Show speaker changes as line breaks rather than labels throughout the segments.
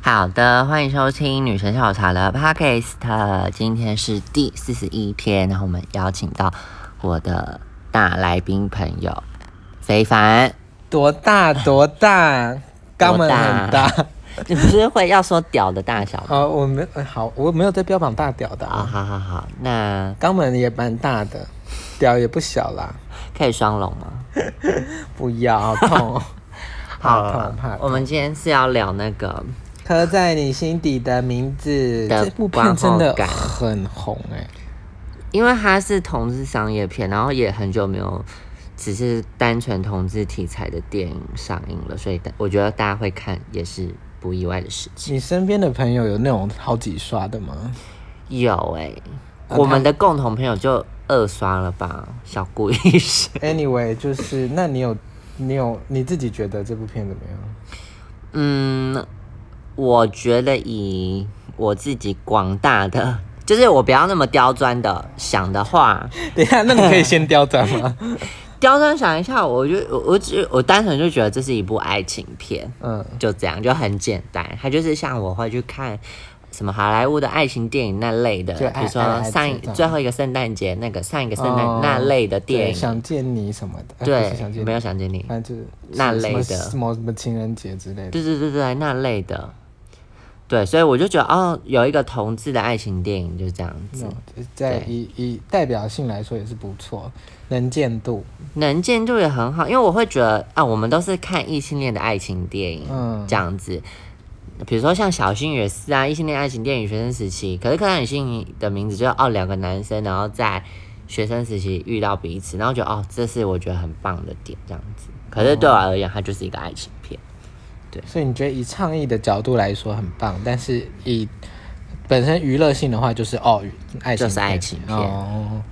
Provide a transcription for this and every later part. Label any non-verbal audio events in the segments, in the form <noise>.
好的，欢迎收听《女神下午茶》的 Podcast，今天是第四十一天，然后我们邀请到我的大来宾朋友非凡，
多大多大，肛门很大。 <laughs>
你不是会要说屌的大小吗？
哦，我没呃好，我没有在标榜大屌的
啊、
啊，
好好好，那
肛门也蛮大的，屌也不小啦。
可以双龙吗？
不要，好痛哦， <laughs> 好痛，怕
我们今天是要聊那个，
刻在你心底的名字。
的
这部片真的
观后感
很红哎、
因为它是同志商业片，然后也很久没有只是单纯同志题材的电影上映了，所以大我觉得大家会看也是不意外的事情。
你身边的朋友有那种好几刷的 <laughs> 吗？
有哎、
啊
我们的共同朋友就二刷了吧，小顾医
<laughs>
生。
Anyway，就是那你有你有你自己觉得这部片怎么样？
嗯，我觉得以我自己广大的，就是我不要那么刁钻的想的
<laughs>
话，
<laughs> 等一下，那你可以 <laughs> 先刁钻吗？
刁钻想一下，我就我我只我单纯就觉得这是一部爱情片，
嗯，
就这样，就很简单。它就是像我会去看什么好莱坞的爱情电影那类的，
就
比
爱
如
爱
说
爱
上
情
一
这样
最后一个圣诞节那个上一个圣诞、
哦
那类的
对
电影，
想见你什么的，呃不
对
是想，见
没
你
有，想见你，
反正就是
那类的
什么什么什么情人节之类的。
对对对对，那类的。对，所以我就觉得哦，有一个同志的爱情电影就这样子，
嗯，在
对
以以代表性来说也是不错，能见度，
能见度也很好，因为我会觉得啊，我们都是看异性恋的爱情电影，
嗯
这样子。比如说像小幸也是啊，异性恋爱情电影学生时期，可是看到你幸的名字就是哦，两个男生然后在学生时期遇到彼此，然后觉得哦，这是我觉得很棒的点，这样子。可是对我而言，它就是一个爱情片。
所以你觉得以倡议的角度来说很棒，但是以本身娱乐性的话，就是哦，爱情
就是爱情片
哦。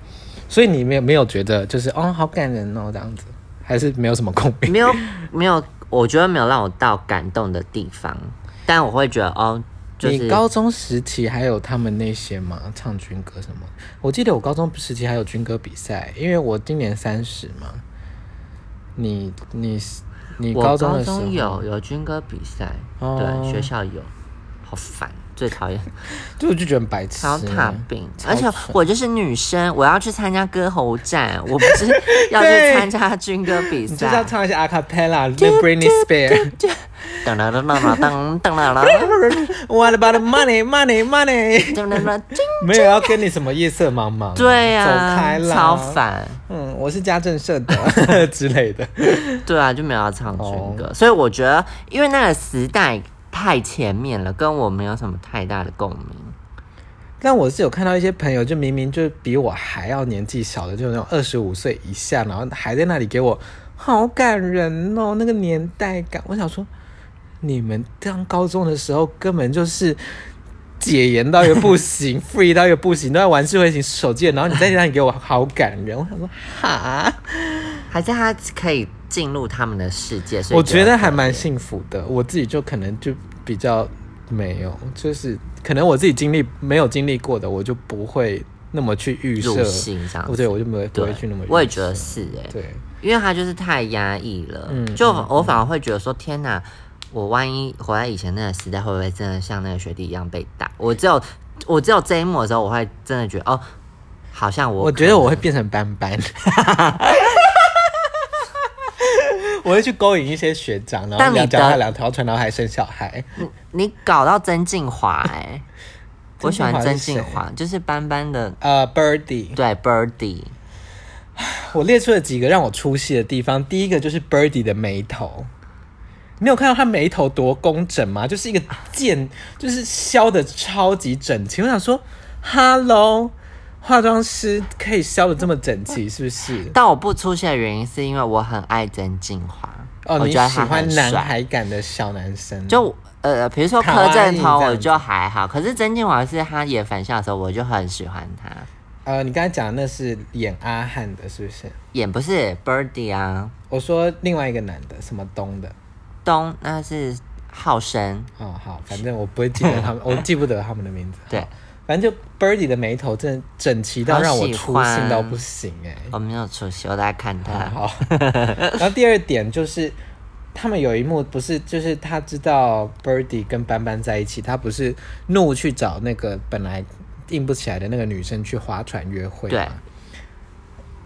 所以你没有没有觉得就是哦，好感人哦这样子，还是没有什么共鸣？
没有没有，我觉得没有让我到感动的地方，但我会觉得哦，就是
你高中时期还有他们那些吗？唱军歌什么？我记得我高中时期还有军歌比赛，因为我今年三十嘛。你你你
我
高中的时候
中有有军歌比赛，
哦
对学校有，好烦，最讨厌，
就我就觉得很白痴、
超踏病，
超
而且
蠢
我就是女生，我要去参加歌喉战，我不是要去
对
参加军歌比
你就是要
赛。
唱一些 a
<laughs>
cappella，那 Britney Spears。
噔噔噔噔噔噔噔噔
What about the money,
<laughs>
money, money？
噔噔噔，叮
没有要跟你什么夜色茫茫，
对呀、
走开啦，
超。烦。
嗯，我是家政社的 <laughs> 之类的。
对啊，就没有要唱军歌，
哦
所以我觉得，因为那个时代太前面了，跟我没有什么太大的共鸣。
但我是有看到一些朋友，就明明就比我还要年纪小的，就那种二十五岁以下，然后还在那里给我好感人哦，那个年代感。我想说，你们上高中的时候根本就是解严到一个不行，free 到一个不行，都在玩智慧型手机，然后你在那里给我好感人。我想说，哈，
还是他可以进入他们的世界，所以
啊我觉得
很
还蛮幸福的。我自己就可能就比较没有，就是可能我自己经历没有经历过的，我就不会那么去预设
入。戏这样
我
子。
哦对我就没有不
啊对，
会去那么。
我也觉得。是哎、
对，
因为他就是太压抑了，
嗯
就我反而会觉得说，天哪，我万一活在以前那个时代，会不会真的像那个学弟一样被打？我只有我只有这一幕的时候，我会真的觉得哦，好像我
我觉得我会变成斑斑。 <laughs> 我会去勾引一些学长，然
但
后
你的
两脚踏两条船，然后还生小孩。
你你搞到曾静华哎、
<laughs>
我喜欢曾
曾静
静
华是谁
华，就是班班的
呃，Birdy，
对 Birdy，
我列出了几个让我出戏的地方。第一个就是 Birdy 的眉头，你有看到他眉头多工整吗？就是一个剑，就是削的超级整齐。我想说，Hello，化妆师可以削的这么整齐，是不是？
但我不出现的原因是因为我很爱曾静华，
哦，
我
你
觉得
喜
他
欢
很
男
帅。
孩感的小男生，
就呃，比如说
卡
柯
哇
震
伊
东，
这
我
样
就还好。可是曾静华是他演反校的时候，我就很喜欢他。
呃，你刚才讲的那是演阿汉的，是不是？
演不是 Birdy 啊，
我说另外一个男的，什么东的，
东那是浩生，
哦，好，反正我不会记
<laughs>
得他们，我记不得他们的名字。
对
好，反正就 Birdy 的眉头真的整齐到
好
让我
喜
出
欢
戏到不行哎、啊
嗯
哦
我没有出息，我在看他。
好，然后第二点就是他们有一幕不是，就是他知道 Birdy 跟斑斑在一起，他不是怒去找那个本来硬不起来的那个女生去划船约会
对
吗？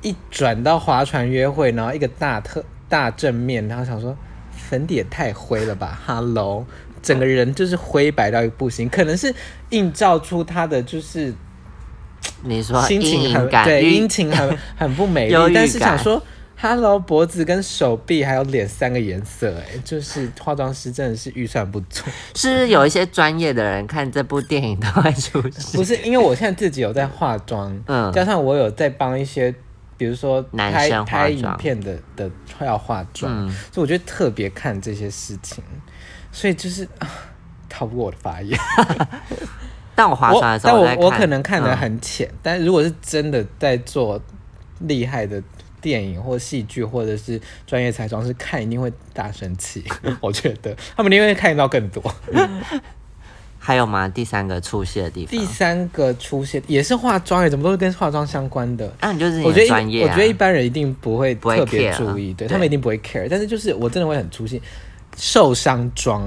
一转到划船约会，然后一个大特大正面，然后想说粉底也太灰了吧，Hello，整个人就是灰白到一个不行，可能是映照出他的就是
你说
心
阴
情
影
很
感，
对，
郁
阴晴
<laughs>
很很不美
忧郁
丽，但是
感
想说，Hello，脖子跟手臂还有脸三个颜色，哎，就是化妆师真的是预算不
<laughs>
足。
是不是有一些专业的人看这部电影都会出事？
不是，因为我现在自己有在化妆，
嗯
加上我有在帮一些，比如说
男
拍
生化
拍影
妆嗯
片的的要化妆，所以我就特别看这些事情，所以就是啊，逃不过我的法眼。
但我划
我
船的时
但
候
我
在看，
我可能看得
嗯
很浅，但如果是真的在做厉害的电影或戏剧或者是专业彩妆师看，一定会大生气。 <laughs> 我觉得他们一定会看到更多。
<laughs> 还有吗？第三个出戏的地
第
方，
三个出现也是化妆欸耶，怎么都是跟化妆相关的。
啊那、你就是你
我觉得
的
一
专业、
我
啊
觉得一般人一定不会
不会
特别
care 啊
注意，
对
对他们一定不会 care。但是就是我真的会很出戏，受伤妆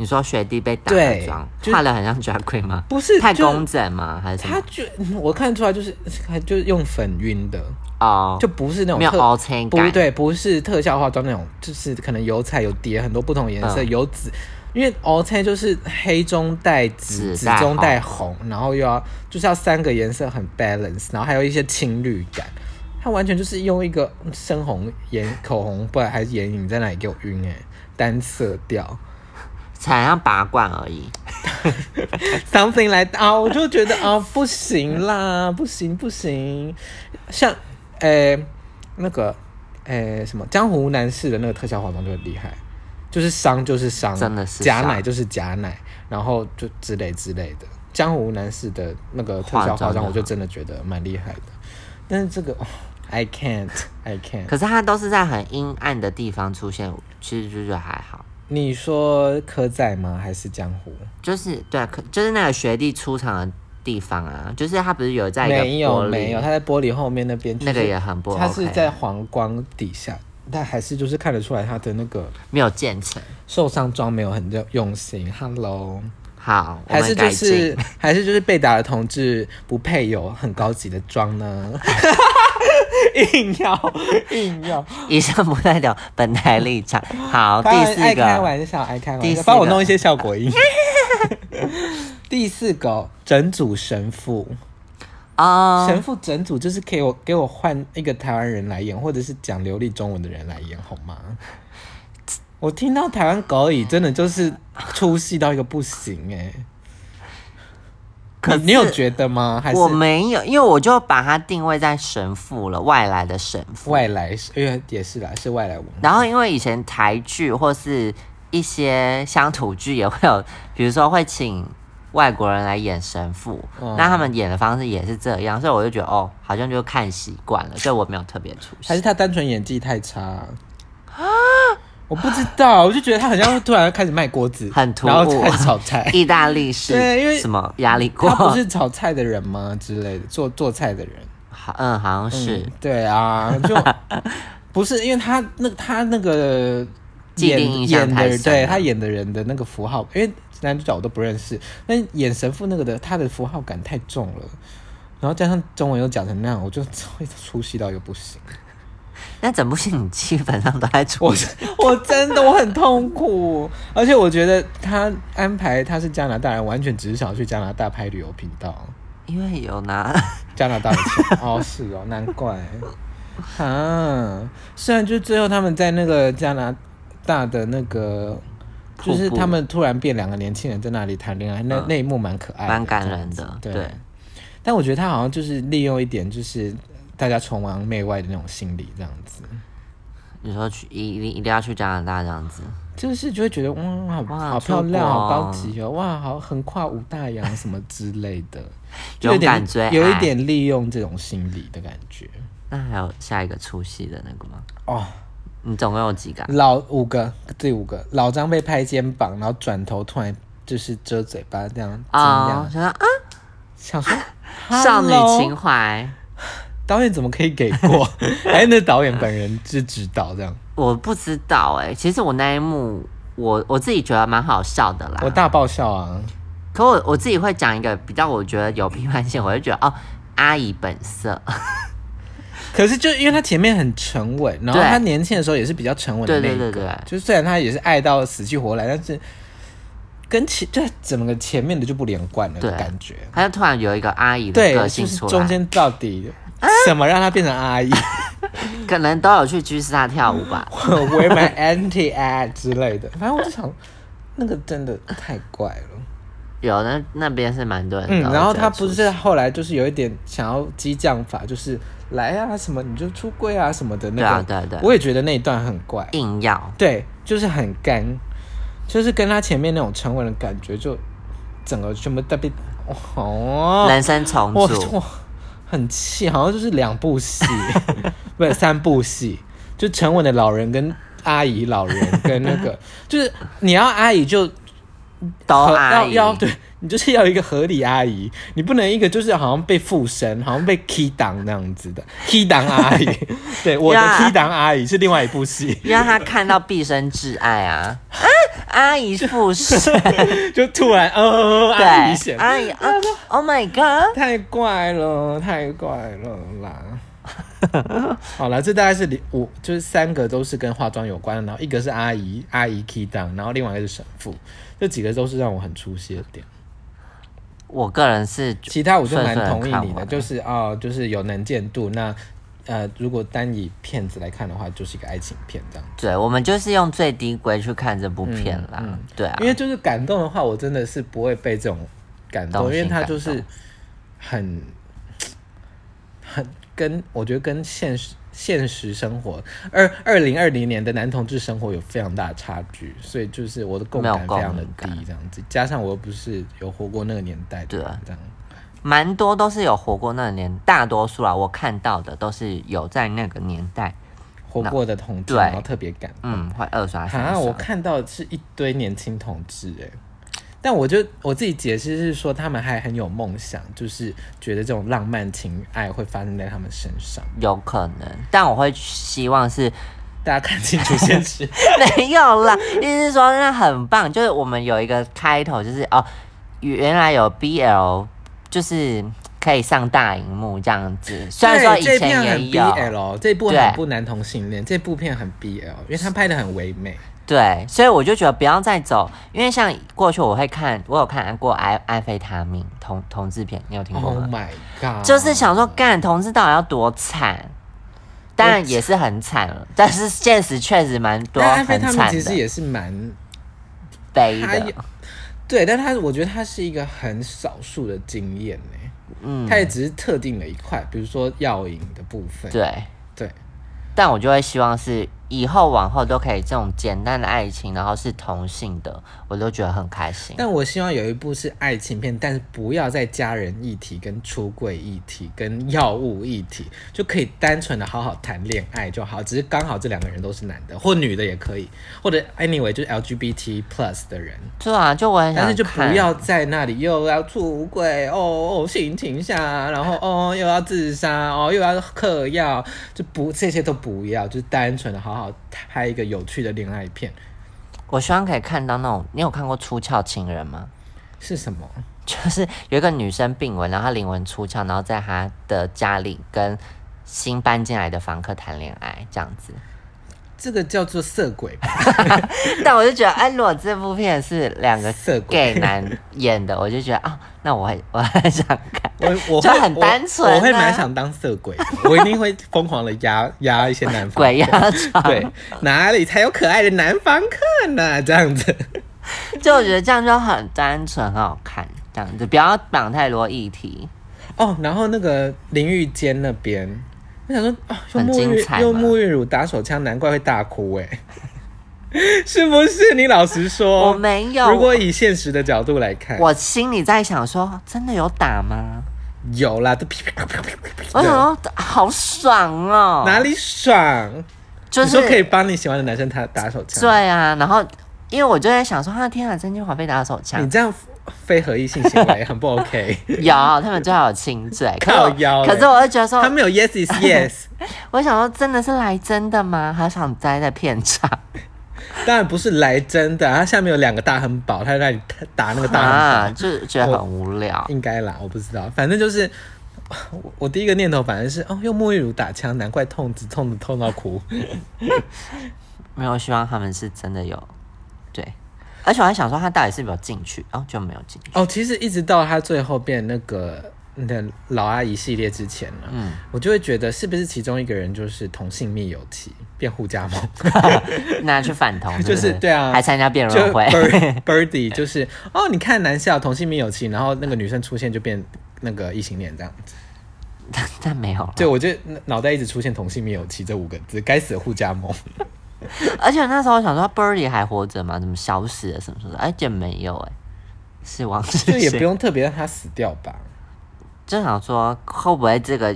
你说学弟被打
对
的妆，
就是
画的很像 drag queen 吗？
不是
太
就
工整吗？还是什
他
么？
就嗯我看出来就是还就是用粉晕的，
哦，
就不是那种
没有
特
凹陷
不
感，
对，不是特效化妆那种，就是可能油彩有叠很多不同颜色，
嗯
有紫，因为 O K 就是黑中带紫，
紫
紫
带
中带红，然后又要就是要三个颜色很 balance，然后还有一些青绿感。它完全就是用一个深红眼口红，不然还是眼影在那里给我晕哎、单色调
才像拔罐而已。
，something 来啊，我就觉得啊不行啦，不行不行，像呃、那个呃、什么江湖男士的那个特效化妆就很厉害，就是伤就是伤，
真的是
假
伤
奶就是假奶，然后就之类之类的。江湖男士的那个特效
化
化
妆
妆，
啊
我就真的觉得蛮厉害的。但是这个、哦 I can't I can't，
可是它都是在很阴暗的地方出现，其实就觉得还好。
你说科仔吗？还是江湖？
就是对、啊，可就是那个学弟出场的地方啊，就是他不是有在一个
没有
玻璃，
没有，他在玻璃后面那边、就是，
那个也很不 OK，
他是在黄光底下，但还是就是看得出来他的那个
没有建成。
受伤妆没有很用用心。Hello。
好，我
还是
们
就
改进。
是 <laughs> 还是就是被打的同志不配有很高级的
<laughs>
妆呢？硬要硬要，
<laughs> 以上不代表本台立场。好，
开
哦第
玩
四
爱开
个，
玩笑，爱开
第
玩
四个
笑，帮我弄一些效果音。 <laughs> 第四个整组神父，
哦，
神父整组就是给我给我换一个台湾人来演，或者是讲流利中文的人来演，好吗？我听到台湾狗语真的就是出戏到一个不行哎、
可
你你有
是
觉得吗？还是
我没有，因为我就把它定位在神父了，外来的神父。
外来是，因为也是啦，是外来文化。
然后因为以前台剧或是一些乡土剧也会有，比如说会请外国人来演神父，
嗯
那他们演的方式也是这样，所以我就觉得哦，好像就看习惯了，所以我没有特别出戏。
还是他单纯演技太差啊？我不知道，我就觉得他好像突然开始卖锅子，
很突兀。
然后开始炒
<laughs>
菜
意大利式，
对因为
什么压力锅
他？不是炒菜的人吗？之类的，做做菜的人。
<laughs> 好嗯，好像是、
嗯对啊，就不是因为他那他那个
既定
演
印象
演
太
的人，
深
对
了
他演的人的那个符号，因为男主角我都不认识，那演神父那个的他的符号感太重了，然后加上中文又讲成那样，我就 <laughs> 会出戏到一个不行。
那整部戏你基本上都在出
我是我真的我很痛苦， <laughs> 而且我觉得他安排他是加拿大人，完全只是想要去加拿大拍旅游频道，
因为有拿
加拿大的
<laughs>
钱哦，是哦，难怪啊。虽然就最后他们在那个加拿大的那个，
瀑
就
布
是他们突然变两个年轻人在那里谈恋爱，那、
嗯
那一幕蛮可爱的，
蛮感人
这样
的对。
子，对，但我觉得他好像就是利用一点就是。大家崇洋媚外的那种心理，这样子，
你说去一一定一定要去加拿大这样子，
就是就会觉得哇，好
哇
好
出国
漂亮，好高级哦，哇，好横跨五大洋什么之类的，就
<laughs>
有
勇敢
点
追爱
有一点利用这种心理的感觉
那还有下一个出戏的那个吗？
哦。
你总共有几个啊？
老五个，第五个老张被拍肩膀，然后转头突然就是遮嘴巴这样，这
啊、
样
想说啊，
想说
少女
“Hello？”
情怀，
导演怎么可以给
<laughs>
过？哎，那导演本人就指导这样。
我不知道哎、其实我那一幕，我我自己觉得蛮好笑的啦。
我大爆笑啊！
可我我自己会讲一个比较，我觉得有批判性，我就觉得哦，阿姨本色，
可是就因为他前面很沉稳，然后
对
他年轻的时候也是比较沉稳的
对
那
对
一
对
个，
对，
就虽然他也是爱到死去活来，但是跟前这整个前面的就不连贯了
对
的感觉。
他就突然有一个阿姨的
对，
个
就
性
是
出来，啊
中间到底什么让他变成阿姨
可能都有去居士大跳舞吧。
<laughs> ，Where my auntie at 之类的，反正我就想，那个真的太怪了。
有那那边是蛮多人的，
嗯，
我
然后
觉
他
得
不
出
是后来就是有一点想要激将法，就是来啊什么你就出柜啊什么的那
对啊
个，
对啊对啊
我也觉得那一段很怪，
硬要
对，就是很干，就是跟他前面那种沉稳的感觉就整个全部都被哦，
人生重
我
组，
我很气，好像就是两部
<laughs>
戏，不是三部戏，就沉稳的老人跟阿姨老人跟那个，就是你要阿姨就
都
合
哦阿姨
哦要要对你就是要有一个合理阿姨，你不能一个就是好像被附身，好像被 key 档那样子的 key 档
<laughs>
阿姨。对，我的
Yeah
key 档阿姨是另外一部戏， <laughs>
让他看到毕生挚爱啊！啊，阿姨附
<laughs>
身，
就突然呃呃呃阿姨
对，
显
阿姨啊，Oh my god！
太怪了，太怪了啦。
<laughs>
好了，这大概是里五，就是三个都是跟化妆有关的，然后一个是阿姨，阿姨 key down，然后另外一个是神父，这几个都是让我很出戏的点。
我个人是
其他我就蛮
顺顺
同意
看
你的，
完
就是哦，就是有能见度。那呃，如果单以片子来看的话，就是一个爱情片这样。
对，我们就是用最低规去看这部片啦，
嗯
对啊
因，为就是感动的话，我真的是不会被这种感动，
动
因
心
为它就
感
是
动
很很跟我觉得跟现实现实生活二二零二零年的男同志生活有非常大的差距，所以就是我的共
没有
感非常的
共
低，这样子加上我又不是有活过那个年代的
对
人
啊，
这样
蛮多都是有活过那个年，大多数啊，我看到的都是有在那个年代，
活过的同志，
对
然后特别感
嗯，会二刷三
啊，
刷，
我看到的是一堆年轻同志哎、但我就我自己解释是说，他们还很有梦想，就是觉得这种浪漫情爱会发生在他们身上。
有可能，但我会希望是
大家看清楚现实，
没有啦，意思是说那很棒，就是我们有一个开头，就是哦，原来有 BL，就是可以上大荧幕这样子。 <laughs> 虽然说
对
以
这片
前
很
也有，
BL，这部
对
很不男同性恋，这部片很 BL，因为他拍的很唯美。
对，所以我就觉得不要再走，因为像过去我会看，我有看过安《安非他命》同同志片，你有听过
Oh
吗？
my god！
就是想说，干同志到底要多惨？当然也是很惨了，但是现实确实蛮多
但安非
很
他们
惨
其实
的
也是蛮
悲
他也
的，
对，但他我觉得他是一个很少数的经验呢、
嗯
他，也只是特定的一块，比如说药引的部分。
对。
对，
但我就会希望是以后往后都可以这种简单的爱情，然后是同性的，我都觉得很开心。
但我希望有一部是爱情片，但是不要再加人议题、跟出柜议题、跟药物议题，就可以单纯的好好谈恋爱就好。只是刚好这两个人都是男的，或女的也可以，或者 anyway 就是 LGBT plus 的人，
对啊，就我很想
但
看，
是就不要在那里又要出柜哦哦性情下，然后哦又要自杀哦又要嗑药，就不这些都不要，就是单纯的好好拍一个有趣的恋爱片
我希望可以看到那种，你有看过《出窍情人》吗？ <laughs>
是什么？
就是有一个女生病危，然后她灵魂出窍，然后在她的家里跟新搬进来的房客谈恋爱这样子。 <laughs>
这个叫做色鬼吧。
但我就觉得，哎，如果这部片是两
<laughs>
个
色鬼
gay 男演的，我就觉得啊、那我很我很想看。 <laughs>
我我
就
会
很
我
单纯
我会
啊
蛮想当色鬼的，我一定会疯狂的压压一些南方
鬼
呀，
压床，
对，哪里才有可爱的南方客呢？这样子，
就我觉得这样就很单纯，很好看，这样子不要绑太多议题。
哦，然后那个淋浴间那边，我想说，哦，用
很
沐
精
浴
彩
用
吗
沐浴乳打手枪，难怪会大哭哎、是不是？你老实说，
我没有
哦如果以现实的角度来看，
我心里在想说，真的有打吗？
有啦，都噼啪啪啪啪啪啪
我想
的，
说好爽哦，
哪里爽？
就
你说可以
是
帮你喜欢的男生他打手枪，
对啊，然后因为我就在想说，啊天啊，真金华被打手枪
你，这样非合意性行为很不
<laughs>
OK。
有他们最好有亲
<laughs>
嘴，可是
靠腰
我
欸
可是我就觉得
他
说，
没有 yes is yes， <laughs>
我想说真的是来真的吗？好想待在片场
当然不是来真的，他下面有两个大亨堡，他在那里打那个大亨堡。
啊，就是觉得很无聊。
应该啦，我不知道，反正就是我我第一个念头反正是哦，用沐浴乳打枪，难怪痛，只痛的痛到哭。
嗯没有，希望他们是真的有对，而且我还想说他到底是没有进去，然、后就没有进
<laughs>
去。
哦，其实一直到他最后变那个那个老阿姨系列之前呢，
嗯，
我就会觉得是不是其中一个人就是同性密友期变互加盟，
那去反同不
就是对啊
还参加辩
就
论会，
Bird- Birdy 就是哦，你看男校同性密友期，然后那个女生出现就变那个异性恋这样子。
<laughs> 但没有了。
对，我就脑袋一直出现同性密友期这五个字，该死的互加盟。
而且那时候我想说 Birdy 还活着吗？怎么消失了？什么什么的？而且没有哎、是王
就
志
也不
贤。
用特别让他死掉吧。
就想说会不会这个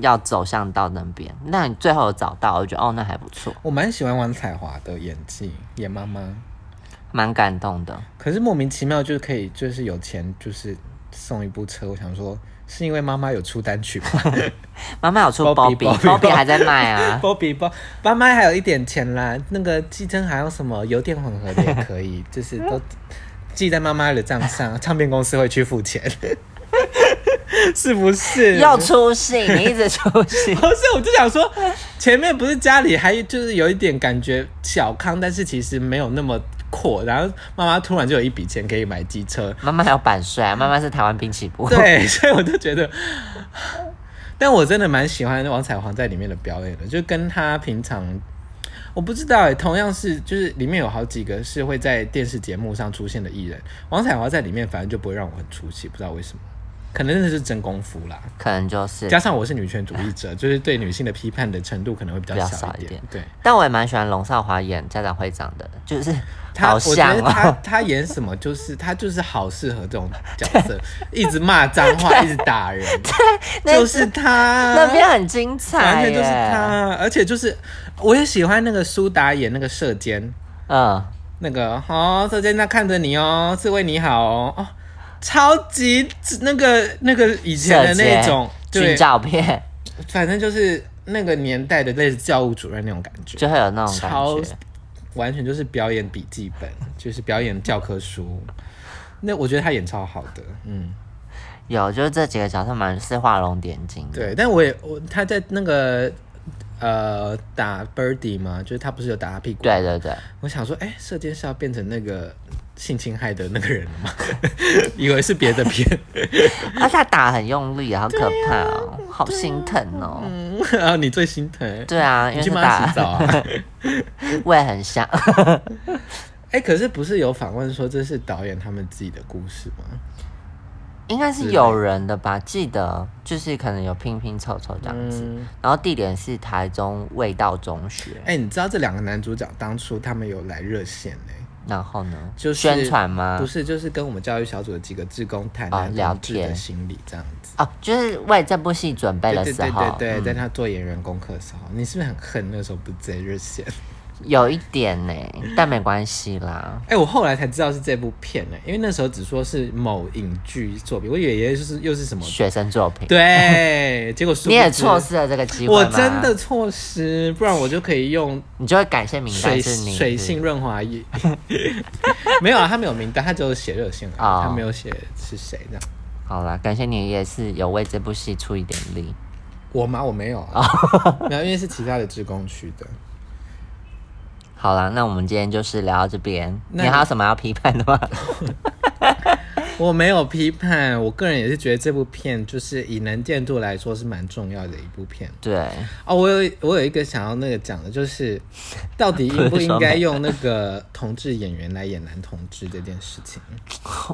要走向到那边？那你最后有找到，我觉得哦，那还不错，
我蛮喜欢王彩华的演技，演妈妈。
蛮感动的。
可是莫名其妙就是可以，就是有钱就是送一部车。我想说，是因为妈妈有出单曲吧？
妈妈有出
Bobby- Bobby-
Bobby，Bobby 还在卖
<laughs>
啊。
包比包，妈妈还有一点钱啦。那个寄生还有什么油电混合的也可以，就是都记在妈妈的账上，唱片公司会去付钱， <laughs> 是不是？
又出戏，你一直出戏。
不是，我就想说，前面不是家里还就是有一点感觉小康，但是其实没有那么阔。然后妈妈突然就有一笔钱可以买机车，
妈妈还有版税啊，妈妈是台湾滨崎步。
<laughs>
<laughs>
对，所以我就觉得，但我真的蛮喜欢王彩华在里面的表演的，就跟她平常。我不知道哎，同样是就是里面有好几个是会在电视节目上出现的艺人，王彩华在里面反正就不会让我很出戏，不知道为什么，可能真的是真功夫啦。
可能就是，
加上我是女权主义者，就是对女性的批判的程度可能会比较
比较
小
少 <laughs> 一
点
点。
对，
但我也蛮喜欢龙少华演家长会长的，就是
他
好
我觉
像
得他
哦， <laughs>
他演什么就是他就是好适合这种角
<laughs>
色，一直骂脏话，一直打人，
那
就是他
那边很精
完
彩
全
耶，
就是他，而且就是我也喜欢那个苏打演那个射箭，
嗯，
那个哦，射箭那看着你哦，是为你好哦，哦，超级那个那个以前的那种，
射箭
对
军，照片
反正就是那个年代的类似教务主任那种感觉。
就会有那种感
超
觉。
完全就是表演笔记本，就是表演教科书。那我觉得他演超好的，嗯，
有，就是这几个角色蛮是画龙点睛的。
对。但我也我他在那个呃打 Birdy 嘛，就是他不是有打他屁股？
对对对，
我想说，哎、射箭是要变成那个性侵害的那个人了吗？ <laughs> 以为是别的片，
而且他打很用力，好可怕哦，
啊
好心疼哦。
<laughs> 嗯，然后你最心疼，
对啊，因
你
为
去
是
帮他洗澡
打
啊？
胃很香，
<laughs> 哎、可是不是有访问说这是导演他们自己的故事吗？
<laughs> 应该是有人的吧？记得就是可能有拼拼凑凑这样子。
嗯，
然后地点是台中味道中学。
哎、你知道这两个男主角当初他们有来热线呢、
然后呢？
就是
宣传吗
不？是，就是跟我们教育小组的几个志工谈
哦
谈
聊
同志的
天
心理这样子。
哦，就是为这部戏准备
对
的
对
时
对
候
对，对，在
嗯
他做演员功课的时候，你是不是很恨那时候不在热线？
有一点呢，但没关系啦。
哎、我后来才知道是这部片呢、因为那时候只说是某影剧作品，我以为就是又是什么。
学生作品，
对， <laughs> 结果殊不
你也
知
错，失啊了这个机会
我
吗
真的，错失，不然我就可以用
你就会感谢名单
水
是你
水性润滑液。 <laughs> 没有啊，他没有名单，他只有写热线啊，
哦
他没有写是谁这样。
好啦，感谢你也是有为这部戏出一点力。
我吗？我没有啊， <laughs> 没有，因为是其他的职工区的。
好啦，那我们今天就是聊到这边。
那
你还有什么要批判的
<laughs>
吗？
我没有批判，我个人也是觉得这部片就是以能见度来说是蛮重要的一部片
对，
哦。我有我有一个想要那个讲
<laughs>
的，就是到底应不应该用那个同志演员来演男同志这件事情，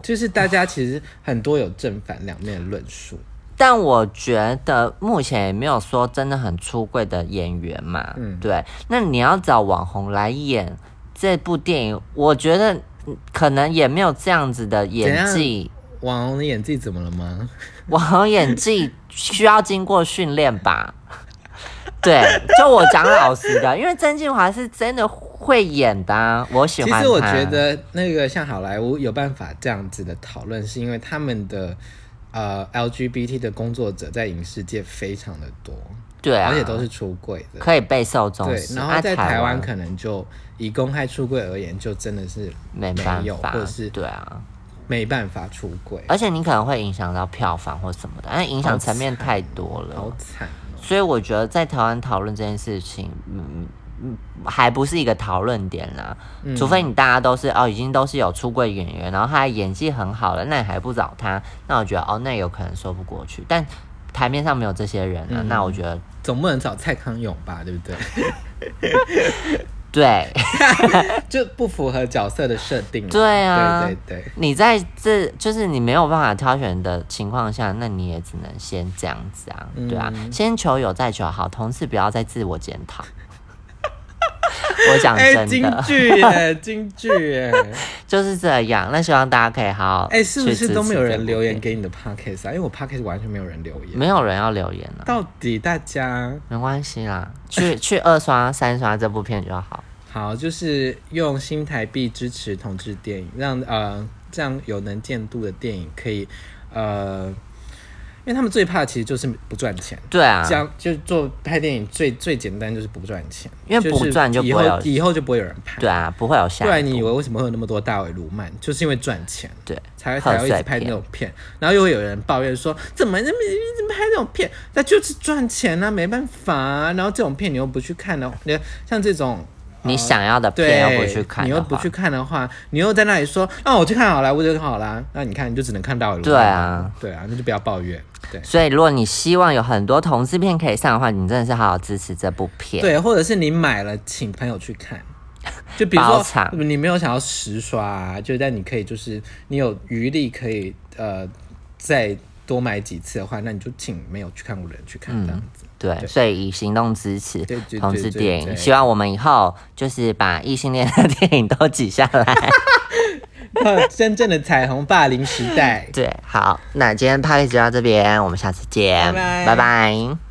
就是大家其实很多有正反两面的论述。
但我觉得目前也没有说真的很出柜的演员嘛。
嗯
对。那你要找网红来演这部电影，我觉得嗯可能也没有这样子的演技。
网红的演技怎么了吗？
网红演技需要经过训练吧？ <laughs> 对，就我讲老实的，因为曾静华是真的会演的啊、我喜
其
欢他。
实我觉得那个像好莱坞有办法这样子的讨论，是因为他们的呃 LGBT 的工作者在影视界非常的多，
对啊，
而且都是出柜的。
可以备受重
对，
视。
然
啊
后在台湾
湾
可能就以公开出柜而言，就真的是
没办
没有，
法
或者，是
对啊，
没办法出柜，
而且你可能会影响到票房或什么的，但影响层面太多
好
了，
惨哦。
所以我觉得在台湾讨论这件事情，嗯。嗯，还不是一个讨论点啦，
嗯
除非你大家都是哦，已经都是有出柜演员，然后他演技很好了，那你还不找他，那我觉得哦，那有可能说不过去。但台面上没有这些人
嗯
啊，那我觉得
总不能找蔡康永吧，
<laughs>
对不对？
对，
就不符合角色的设定了。
对啊
对对对。
你在这就是你没有办法挑选的情况下，那你也只能先这样子啊，
嗯
对啊，先求有再求好，同事不要再自我检讨。 <laughs> 我讲
哎、
真
京
的、
剧
<laughs>
耶，京剧耶！
就是这样，那希望大家可以好好
哎、是不
去
是
支
都没有
持这
人
部
留言
片？
给你的 podcast 啊？因为我 podcast 完全没有人留言。
没有人要留言了、
到底大家
没关系啦，
<laughs>
去去二刷三刷这部片就好。
好，就是用新台币支持同志电影，让呃这样有能见度的电影可以呃，因为他们最怕其实就是不赚钱。
对啊，
这样就做拍电影最最简单就是不赚钱，
因为不赚就不
是以
会有
后以后就不会有人拍。
对啊，不会有下
不然
一
你以
部
为为什么会有那么多大尾卢曼？就是因为赚钱，
对
才
贺
才会一
岁
直拍那
片
种片，然后又会有人抱怨说，怎么那么一直拍那种片？那就是赚钱啊，没办法、啊。然后这种片你又不去看的话，你像这种。
你想要的
对，
片又不去看
你
的
又
话，
不去看的话，你又在那里说，啊，我去看好莱坞就好啦。那你看，你就只能看大尾卢曼。
对啊，
对啊，那就不要抱怨。对
所以，如果你希望有很多同志片可以上的话，你真的是好好支持这部片。，
对，或者是你买了，请朋友去看。就比如
包
说
场
你没有想要实刷、啊，就但你可以就是你有余力可以呃再多买几次的话，那你就请没有去看过的人去看
嗯
这样子。 <laughs>
对，所以以行动支持
对对
同志
对对
电影。
对
希望我们以后就是把异性恋的电影都挤下
<laughs>
来。
呃真正的彩虹霸凌时代。
对，好，那今天 p a r t y 就到这边，我们下次见，
拜拜
拜拜